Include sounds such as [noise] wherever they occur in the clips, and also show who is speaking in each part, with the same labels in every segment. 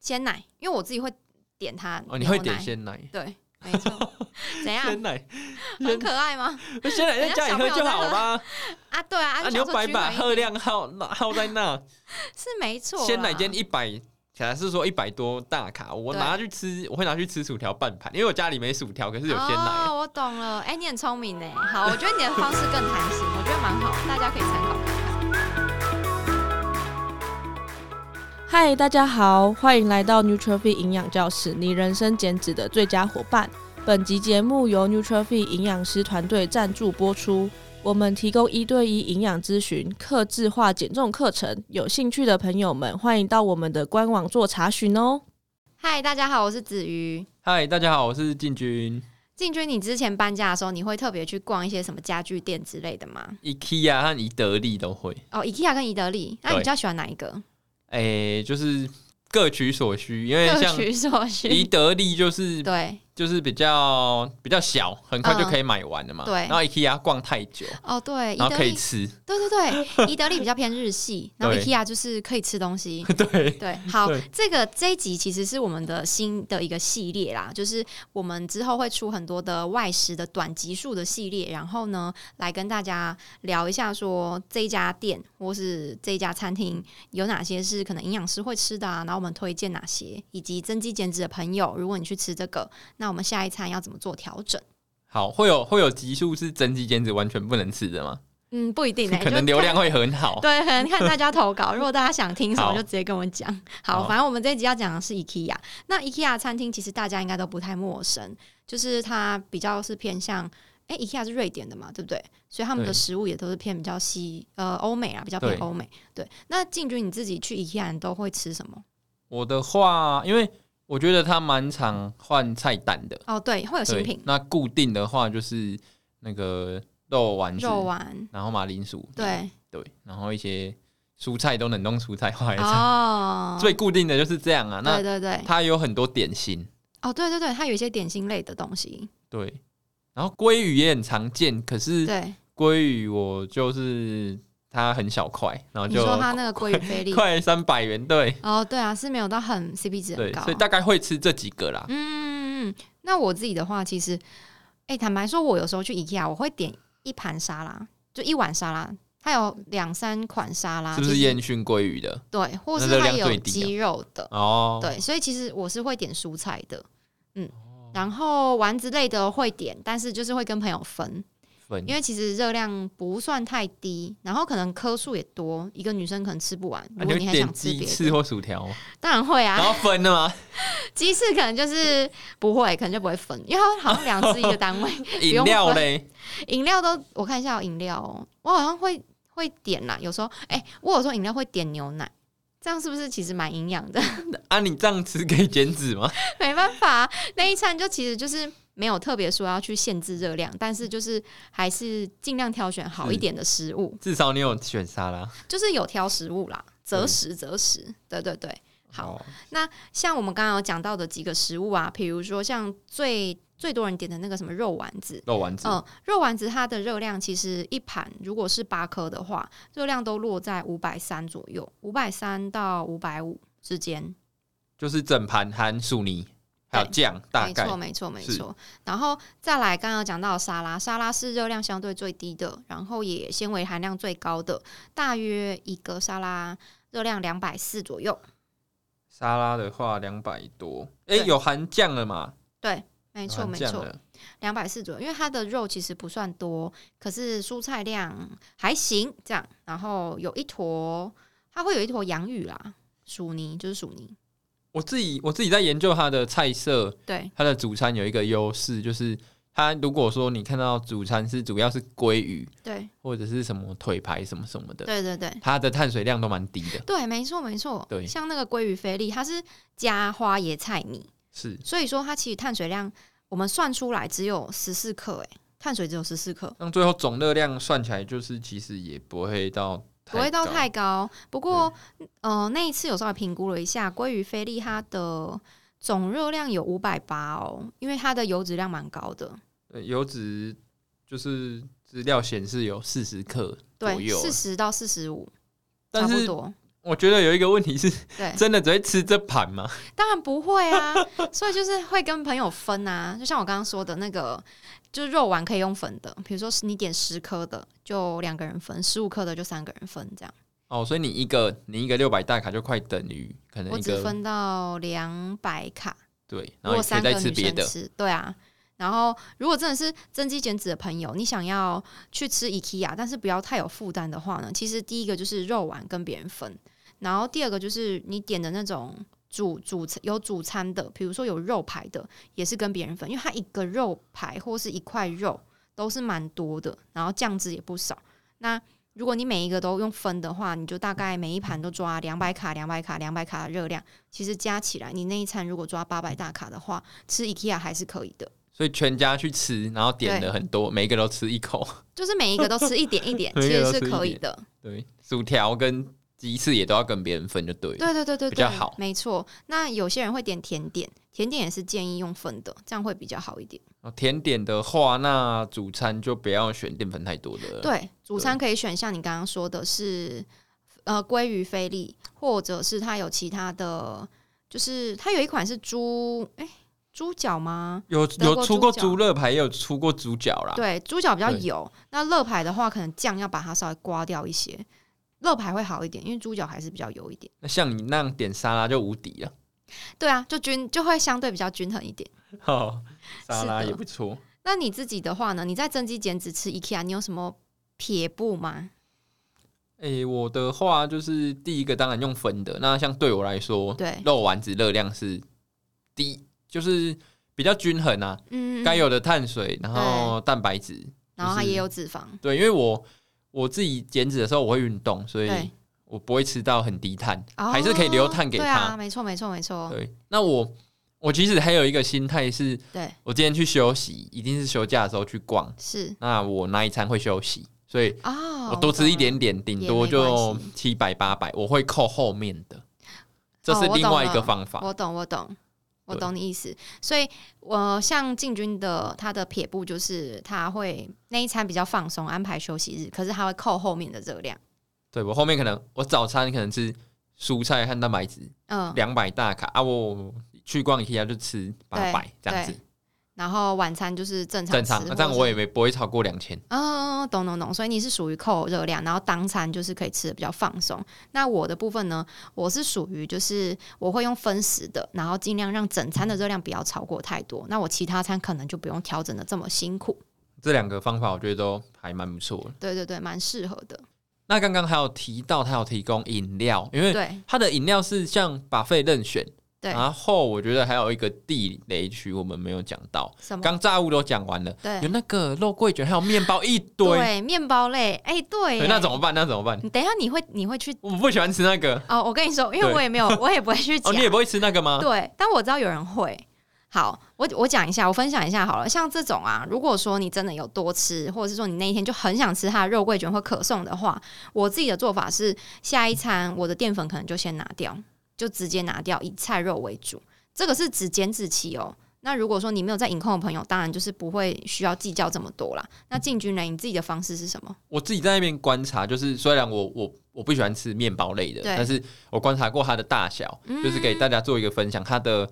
Speaker 1: 鲜奶，因为我自己会点它。
Speaker 2: 哦，你会点？鲜奶？
Speaker 1: 对，没错。怎样？
Speaker 2: 鲜奶，
Speaker 1: 很
Speaker 2: 鲜
Speaker 1: 啊可爱吗？ [laughs]
Speaker 2: 鲜奶在
Speaker 1: 人家
Speaker 2: 家里
Speaker 1: 小
Speaker 2: 喝
Speaker 1: 朋友
Speaker 2: 就
Speaker 1: 在
Speaker 2: 好
Speaker 1: 喝
Speaker 2: 啦。
Speaker 1: 啊，对啊，
Speaker 2: 啊，
Speaker 1: 啊
Speaker 2: 你
Speaker 1: 小
Speaker 2: 又
Speaker 1: 时候
Speaker 2: 白
Speaker 1: 去
Speaker 2: 把
Speaker 1: 买
Speaker 2: 热量耗耗在那，
Speaker 1: 是没错啦。
Speaker 2: 鲜奶今天一百，假是说一百多大卡，我
Speaker 1: 对
Speaker 2: 拿去吃，我会拿去吃薯条半盘，因为我家里没薯条，可是有鲜奶。啊
Speaker 1: 哦，我懂了。哎、你很聪明呢。好，我觉得你的方式更弹性，我觉得蛮好，大家可以参考。
Speaker 3: 嗨，大家好，欢迎来到 Nutrify 营养教室，你人生减脂的最佳伙伴。本集节目由 Nutrify 营养师团队赞助播出。我们提供一对一营养咨询、客制化减重课程，有兴趣的朋友们欢迎到我们的官网做查询哦。
Speaker 1: 嗨，大家好，我是子瑜。
Speaker 2: 嗨，大家好，我是进军
Speaker 1: 进军，你之前搬家的时候，你会特别去逛一些什么家具店之类的吗？
Speaker 2: IKEA 和宜得利都会，
Speaker 1: 哦，IKEA 跟宜得利，那你
Speaker 2: 对
Speaker 1: 比较喜欢哪一个？
Speaker 2: 诶、就是各取所需，因为
Speaker 1: 各
Speaker 2: 像
Speaker 1: 取所
Speaker 2: 宜
Speaker 1: 需。
Speaker 2: 得利就是
Speaker 1: 对，
Speaker 2: 就是比较比较小，很快就
Speaker 1: 嗯
Speaker 2: 可以买完了嘛。
Speaker 1: 对
Speaker 2: 然后 IKEA 逛太久，
Speaker 1: 哦对，宜
Speaker 2: 然后
Speaker 1: 得
Speaker 2: 可以
Speaker 1: 利，
Speaker 2: 吃， [laughs]
Speaker 1: 对对对，宜得利比较偏日系，然后
Speaker 2: 对
Speaker 1: IKEA 就是可以吃东
Speaker 2: [laughs]
Speaker 1: 西。
Speaker 2: 对。
Speaker 1: 对，好
Speaker 2: 对，
Speaker 1: 这个这一集其实是我们的新的一个系列啦，就是我们之后会出很多的外食的短集数的系列，然后呢，来跟大家聊一下说这一家店或是这一家餐厅有哪些是可能营养师会吃的啊，然后我们推荐哪些，以及增肌减脂的朋友，如果你去吃这个，那我们下一餐要怎么做调整？
Speaker 2: 好，会有会有集数是增肌减脂完全不能吃的吗？
Speaker 1: 嗯，不一定、欸，
Speaker 2: 可
Speaker 1: 就
Speaker 2: 能流
Speaker 1: 看
Speaker 2: 量会很好。
Speaker 1: 对，可能看大家投
Speaker 2: [laughs]
Speaker 1: 稿，如果大家想听什么，
Speaker 2: 好
Speaker 1: 就直接跟我讲。好，
Speaker 2: 好
Speaker 1: 反正我们这一集要讲的是 IKEA。那 IKEA 餐厅其实大家应该都不太陌生，就是它比较是偏向，哎、i k e a 是瑞典的嘛，对不对？所以他们的
Speaker 2: 对
Speaker 1: 食物也都是偏比较西呃欧美啊，比较偏
Speaker 2: 对
Speaker 1: 欧美。对，那进军你自己去 IKEA 你都会吃什么？
Speaker 2: 我的话，因为我觉得它蛮常换菜单的，
Speaker 1: 哦，对，会有新
Speaker 2: 对，
Speaker 1: 品，
Speaker 2: 那固定的话就是那个肉丸子，
Speaker 1: 肉丸，
Speaker 2: 然后马铃薯，
Speaker 1: 对，
Speaker 2: 对，然后一些蔬菜都冷冻蔬菜、花椰菜，
Speaker 1: 哦，
Speaker 2: 最固定的就是这样啊。
Speaker 1: 对
Speaker 2: 那
Speaker 1: 对对，
Speaker 2: 它有很多点心，
Speaker 1: 哦，对对对，它有一些点心类的东西，
Speaker 2: 对，然后鲑鱼也很常见，可是
Speaker 1: 对，
Speaker 2: 鲑鱼我就是它很小块，然后
Speaker 1: 你
Speaker 2: 就
Speaker 1: 说它那个鲑鱼菲力。
Speaker 2: 快三百元，对
Speaker 1: 哦，对啊，是没有到很 CP 值很
Speaker 2: 对，
Speaker 1: 高啊、
Speaker 2: 所以大概会吃这几个啦。
Speaker 1: 嗯，嗯嗯那我自己的话，其实，哎、坦白说，我有时候去 IKEA，我会点一盘沙拉，就一碗沙拉，它有两三款沙拉，
Speaker 2: 是不是
Speaker 1: 其实
Speaker 2: 烟熏鲑鱼的？
Speaker 1: 对，或
Speaker 2: 那
Speaker 1: 是
Speaker 2: 热
Speaker 1: 它
Speaker 2: 量
Speaker 1: 也有
Speaker 2: 最低啊
Speaker 1: 鸡肉的，
Speaker 2: 哦，
Speaker 1: 对，所以其实我是会点蔬菜的，嗯，
Speaker 2: 哦
Speaker 1: 然后丸子类的会点，但是就是会跟朋友分，
Speaker 2: 粉
Speaker 1: 因为其实热量不算太低，然后可能颗数也多，一个女生可能吃不完，
Speaker 2: 啊
Speaker 1: 如
Speaker 2: 你
Speaker 1: 果
Speaker 2: 会
Speaker 1: 你还
Speaker 2: 点
Speaker 1: 想吃
Speaker 2: 鸡
Speaker 1: 别
Speaker 2: 翅
Speaker 1: 的，
Speaker 2: 或薯条吗，
Speaker 1: 当然
Speaker 2: [laughs]
Speaker 1: 会啊，
Speaker 2: 然后分的
Speaker 1: [laughs]
Speaker 2: 吗？
Speaker 1: 鸡翅可能就是不会，可能就不会分，因为它好像两只一个单位。
Speaker 2: 饮料嘞，
Speaker 1: 饮料都我看一下有饮料、哦，我好像会会点啦。有时候，哎、我有时候饮料会点牛奶，这样是不是其实蛮营养的？ [laughs]
Speaker 2: 啊，你这样吃可以减脂吗？ [laughs]
Speaker 1: 没办法、啊那一餐就其实就是没有特别说要去限制热量，但是就是还是尽量挑选好一点的食物，
Speaker 2: 至少你有选沙拉。
Speaker 1: 就是有挑食物啦，择食择食，对对对。好，
Speaker 2: 哦，
Speaker 1: 像我们刚刚有讲到的几个食物啊，比如说像最最多人点的那个什么肉丸子，
Speaker 2: 肉丸子，
Speaker 1: 嗯，肉丸子它的热量其实一盘如果是八颗的话，热量都落在五百三左右，五百三到五百五之间。
Speaker 2: 就是整盘含薯泥，还有酱，大
Speaker 1: 没
Speaker 2: 概
Speaker 1: 错，没错，没
Speaker 2: 是
Speaker 1: 错。然后再来，刚刚有讲到的沙拉，沙拉是热量相对最低的，然后也纤维含量最高的，大约一个沙拉热量两百四左右。
Speaker 2: 沙拉的话两百多，哎，
Speaker 1: 对
Speaker 2: 有含酱了嘛？
Speaker 1: 没
Speaker 2: 没
Speaker 1: 错，没错，两百四左右，因为它的肉其实不算多，可是蔬菜量还行，这样，然后有一坨，它会有一坨洋芋啦，薯泥就是薯泥，
Speaker 2: 我自己我自己在研究它的菜色，
Speaker 1: 对，
Speaker 2: 它的主餐有一个优势就是。它如果说你看到主餐是主要是鲑鱼
Speaker 1: 对，
Speaker 2: 或者是什么腿排什么什么的，
Speaker 1: 对对对。
Speaker 2: 它的碳水量都蛮低的，
Speaker 1: 对，没错，没错。
Speaker 2: 对
Speaker 1: 像那个鲑鱼菲力，它是加花椰菜泥，
Speaker 2: 是
Speaker 1: 所以说它其实碳水量我们算出来只有十四克，哎，碳水只有十四克，
Speaker 2: 那最后总热量算起来，就是其实也不会到
Speaker 1: 不会到
Speaker 2: 高
Speaker 1: 太高。不过，呃，那一次有稍微评估了一下，鲑鱼菲力它的总热量有五百八哦，因为它的油脂量蛮高的，
Speaker 2: 呃油脂，就是资料显示有四十克左
Speaker 1: 对，
Speaker 2: 右啊
Speaker 1: 四，十到四十五，差
Speaker 2: 但
Speaker 1: 不
Speaker 2: 是
Speaker 1: 多。
Speaker 2: 我觉得有一个问题是，
Speaker 1: 对，
Speaker 2: 真的只会吃这盘吗？
Speaker 1: 当然不会啊， [laughs] 所以就是会跟朋友分啊。就像我刚刚说的那个，就是肉丸可以用粉的，比如说是你点十颗的，就两个人分；十五颗的就三个人分，这样。
Speaker 2: 哦，所以你一个你一个六百大卡就快等于可能
Speaker 1: 我
Speaker 2: 一
Speaker 1: 只
Speaker 2: 个
Speaker 1: 分到两百卡，
Speaker 2: 对，
Speaker 1: 如
Speaker 2: 然
Speaker 1: 果
Speaker 2: 后你可以
Speaker 1: 三个
Speaker 2: 再吃
Speaker 1: 女
Speaker 2: 别
Speaker 1: 生
Speaker 2: 的。
Speaker 1: 吃，对啊。然后，如果真的是增肌减脂的朋友，你想要去吃 IKEA，但是不要太有负担的话呢，其实第一个就是肉丸跟别人分，然后第二个就是你点的那种主主有主餐的，比如说有肉排的，也是跟别人分，因为它一个肉排或是一块肉都是蛮多的，然后酱汁也不少。那如果你每一个都用分的话，你就大概每一盘都抓两百卡、两百卡、两百卡的热量。其实加起来，你那一餐如果抓八百大卡的话，吃 IKEA 还是可以的。
Speaker 2: 所以全家去吃，然后点了很多，每一个都吃一口。，
Speaker 1: 就是每一个都吃一点一点
Speaker 2: [laughs] 每
Speaker 1: 其
Speaker 2: 一
Speaker 1: 实
Speaker 2: 个都
Speaker 1: 是
Speaker 2: 吃一
Speaker 1: 可以
Speaker 2: 点
Speaker 1: 的。
Speaker 2: 对，薯条跟鸡翅也都要跟别人分，就对了。
Speaker 1: 对对对对对，
Speaker 2: 比较好
Speaker 1: 没错。那有些人会点甜点，甜点也是建议用分的，这样会比较好一点。
Speaker 2: 哦甜点的话，那主餐就不要选淀粉太多的了。
Speaker 1: 对，主餐可以选像你刚刚说的是，呃，鲑鱼菲力，或者是它有其他的，就是它有一款是猪，哎、猪脚吗？
Speaker 2: 有
Speaker 1: 德
Speaker 2: 有
Speaker 1: 国
Speaker 2: 出
Speaker 1: 猪
Speaker 2: 过
Speaker 1: 脚嗯
Speaker 2: 猪肋排，也有出过猪脚啦。
Speaker 1: 对，猪脚比较
Speaker 2: 对
Speaker 1: 油。那乐牌的话，可能酱要把它稍微刮掉一些，乐牌会好一点，因为猪脚还是比较油一点。
Speaker 2: 那像你那样点沙拉就无敌了。 [laughs]
Speaker 1: 对啊，就均就会相对比较均衡一点。
Speaker 2: 哦，沙拉
Speaker 1: 是的
Speaker 2: 也不错。
Speaker 1: 那你自己的话呢？你在增肌减脂吃 IKEA，你有什么撇步吗？
Speaker 2: 诶、我的话就是第一个当然用分的。那像对我来说，
Speaker 1: 对，
Speaker 2: 肉丸子热量是低，就是比较均衡啊，
Speaker 1: 嗯，
Speaker 2: 该、有的碳水，然后蛋白质。
Speaker 1: 然后它
Speaker 2: 就是
Speaker 1: 也有脂肪，
Speaker 2: 对，因为我我自己减脂的时候我会运动，所以
Speaker 1: 对
Speaker 2: 我不会吃到很低碳，
Speaker 1: 哦
Speaker 2: 还是可以留碳给
Speaker 1: 对啊，
Speaker 2: 他。
Speaker 1: 没错，没错，没错，
Speaker 2: 对，那我我其实还有一个心态是，
Speaker 1: 对，
Speaker 2: 我今天去休息，一定是休假的时候去逛，
Speaker 1: 是
Speaker 2: 那我那一餐会休息，所以
Speaker 1: 哦，
Speaker 2: 我多吃一点点，顶多
Speaker 1: 也
Speaker 2: 就
Speaker 1: 没关
Speaker 2: 七百八百，我会扣后面的。这
Speaker 1: 哦
Speaker 2: 是
Speaker 1: 我
Speaker 2: 另
Speaker 1: 懂
Speaker 2: 外一个
Speaker 1: 了
Speaker 2: 方法，
Speaker 1: 我懂，我懂，我
Speaker 2: 对
Speaker 1: 懂你意思。所以，我、像进军的他的撇步就是他会那一餐比较放松，安排休息日，可是他会扣后面的热量。
Speaker 2: 对我后面可能我早餐可能吃蔬菜和蛋白质
Speaker 1: 嗯，
Speaker 2: 两百大卡啊，我去逛 IKEA 就吃八百这样子，
Speaker 1: 然后晚餐就是正常
Speaker 2: 正
Speaker 1: 吃，
Speaker 2: 常。那这样
Speaker 1: 或者
Speaker 2: 我也没不会超过两千。
Speaker 1: 嗯，懂懂懂，所以你是属于扣热量，然后当餐就是可以吃的比较放松。那我的部分呢，我是属于就是我会用分食的，然后尽量让整餐的热量不要超过太多。那我其他餐可能就不用调整的这么辛苦。
Speaker 2: 这两个方法我觉得都还蛮不错的。
Speaker 1: 对对对，蛮适合的。
Speaker 2: 那刚刚还有提到他有提供饮料，因为
Speaker 1: 对
Speaker 2: 他的饮料是像把费任选，
Speaker 1: 对，
Speaker 2: 然后我觉得还有一个地雷区我们没有讲到，
Speaker 1: 什么？
Speaker 2: 刚炸物都讲完了，有
Speaker 1: 嗯对
Speaker 2: 那个肉桂卷还有面包一堆，
Speaker 1: 对，面包类，哎、对
Speaker 2: 对，
Speaker 1: 耶，
Speaker 2: 那怎么办？那怎么办？
Speaker 1: 你等一下你会你会去
Speaker 2: 我们不喜欢吃那个
Speaker 1: 哦？我跟你说，因为
Speaker 2: 对
Speaker 1: 我也没有， [laughs] 我也不会去
Speaker 2: 哦，
Speaker 1: 讲
Speaker 2: 你。也不会吃那个吗？
Speaker 1: 对，但我知道有人会。好，我我讲一下，我分享一下好了。像这种啊，如果说你真的有多吃，或者是说你那一天就很想吃它的肉桂卷或可颂的话，我自己的做法是，下一餐我的淀粉可能就先拿掉，就直接拿掉，以菜肉为主。这个是指减脂期哦。那如果说你没有在饮控的朋友，当然就是不会需要计较这么多啦。那进军呢，你自己的方式是什么？
Speaker 2: 我自己在那边观察，就是虽然我我我不喜欢吃面包类的，
Speaker 1: 对
Speaker 2: 但是我观察过它的大小，
Speaker 1: 嗯
Speaker 2: 就是给大家做一个分享，它的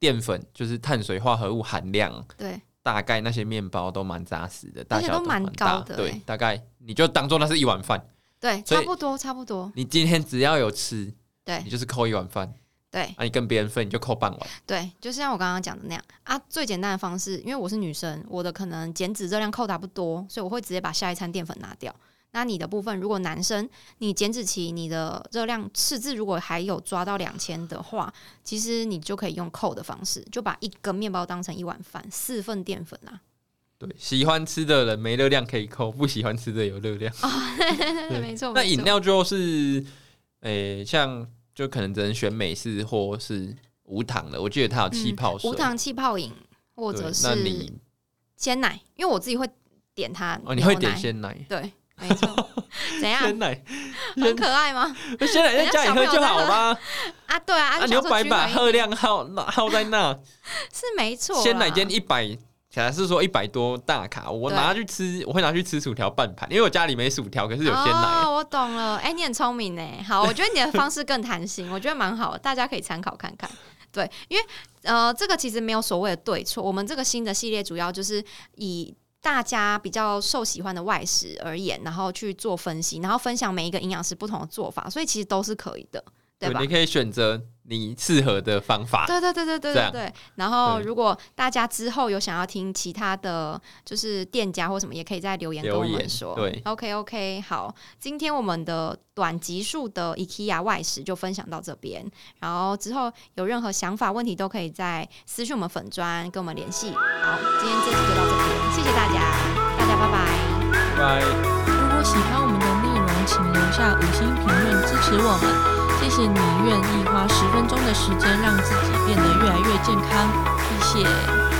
Speaker 2: 淀粉就是碳水化合物含量，
Speaker 1: 对，
Speaker 2: 大概那些面包都蛮扎实的，大
Speaker 1: 而且
Speaker 2: 小
Speaker 1: 都
Speaker 2: 蛮
Speaker 1: 蛮
Speaker 2: 大
Speaker 1: 高的
Speaker 2: 对
Speaker 1: 欸，
Speaker 2: 大概你就当做那是一碗饭，
Speaker 1: 对，
Speaker 2: 所以
Speaker 1: 差不多，差不多，
Speaker 2: 你今天只要有吃，
Speaker 1: 对
Speaker 2: 你就是扣一碗饭，
Speaker 1: 对。
Speaker 2: 啊，你跟别人分你就扣半碗，
Speaker 1: 对，就像我刚刚讲的那样啊，最简单的方式，因为我是女生，我的可能减脂热量扣打不多，所以我会直接把下一餐淀粉拿掉。那你的部分，如果男生你减脂期你的热量赤字如果还有抓到两千的话，其实你就可以用扣的方式，就把一个面包当成一碗饭，四份淀粉
Speaker 2: [laughs]
Speaker 1: 啊。
Speaker 2: 对，喜欢吃的人没热量可以扣，不喜欢吃的有热量。
Speaker 1: 哦没错，
Speaker 2: 那
Speaker 1: 没错
Speaker 2: 饮料就是，诶、像就可能只能选美式或是无糖的。我记得它有气泡
Speaker 1: 嗯
Speaker 2: 水，
Speaker 1: 无糖气泡饮或
Speaker 2: 对
Speaker 1: 者
Speaker 2: 那
Speaker 1: 是
Speaker 2: 你
Speaker 1: 鲜奶，因为我自己会点它牛奶。啊
Speaker 2: 哦，你会点鲜奶？
Speaker 1: 对，没
Speaker 2: [laughs]
Speaker 1: 错。怎样？
Speaker 2: 鲜奶， [laughs]
Speaker 1: 很可爱吗？
Speaker 2: 鲜奶在家里喝就好啦。
Speaker 1: 啊，对啊，
Speaker 2: 啊，
Speaker 1: 就
Speaker 2: 你
Speaker 1: 想
Speaker 2: 又
Speaker 1: 说
Speaker 2: 白
Speaker 1: 均
Speaker 2: 把
Speaker 1: 衡一
Speaker 2: 热量耗耗在那，
Speaker 1: 是没错啦，
Speaker 2: 鲜奶今天一百假设说一百多大卡，我
Speaker 1: 对
Speaker 2: 拿去吃，我会拿去吃薯条半盘，因为我家里没薯条，可是有鲜奶。啊
Speaker 1: 哦，我懂了。哎、你很聪明呢。好，我觉得你的方式更弹性，我觉得蛮好的，大家可以参考看看。对，因为呃，这个其实没有所谓的对错，我们这个新的系列主要就是以。大家比较受喜欢的外食而言，然后去做分析，然后分享每一个营养师不同的做法，所以其实都是可以的，对吧
Speaker 2: 你？可以选择你适合的方法。
Speaker 1: 对对对对对
Speaker 2: 这
Speaker 1: 对
Speaker 2: 样
Speaker 1: 对。然后，
Speaker 2: 对
Speaker 1: 如果大家之后有想要听其他的，就是店家或什么，也可以在留言跟我
Speaker 2: 留
Speaker 1: 们
Speaker 2: 言
Speaker 1: 说。
Speaker 2: 对
Speaker 1: ，OK OK，好，今天我们的短集数的 IKEA 外食就分享到这边，然后之后有任何想法问题都可以在私讯我们粉专跟我们联系。好，今天这集就到这边，谢谢大家，大家拜拜。
Speaker 2: 拜。
Speaker 3: 如果喜欢我们的内容，请留下五星评论支持我们。谢谢你愿意花十分钟的时间让自己变得越来越健康，谢谢。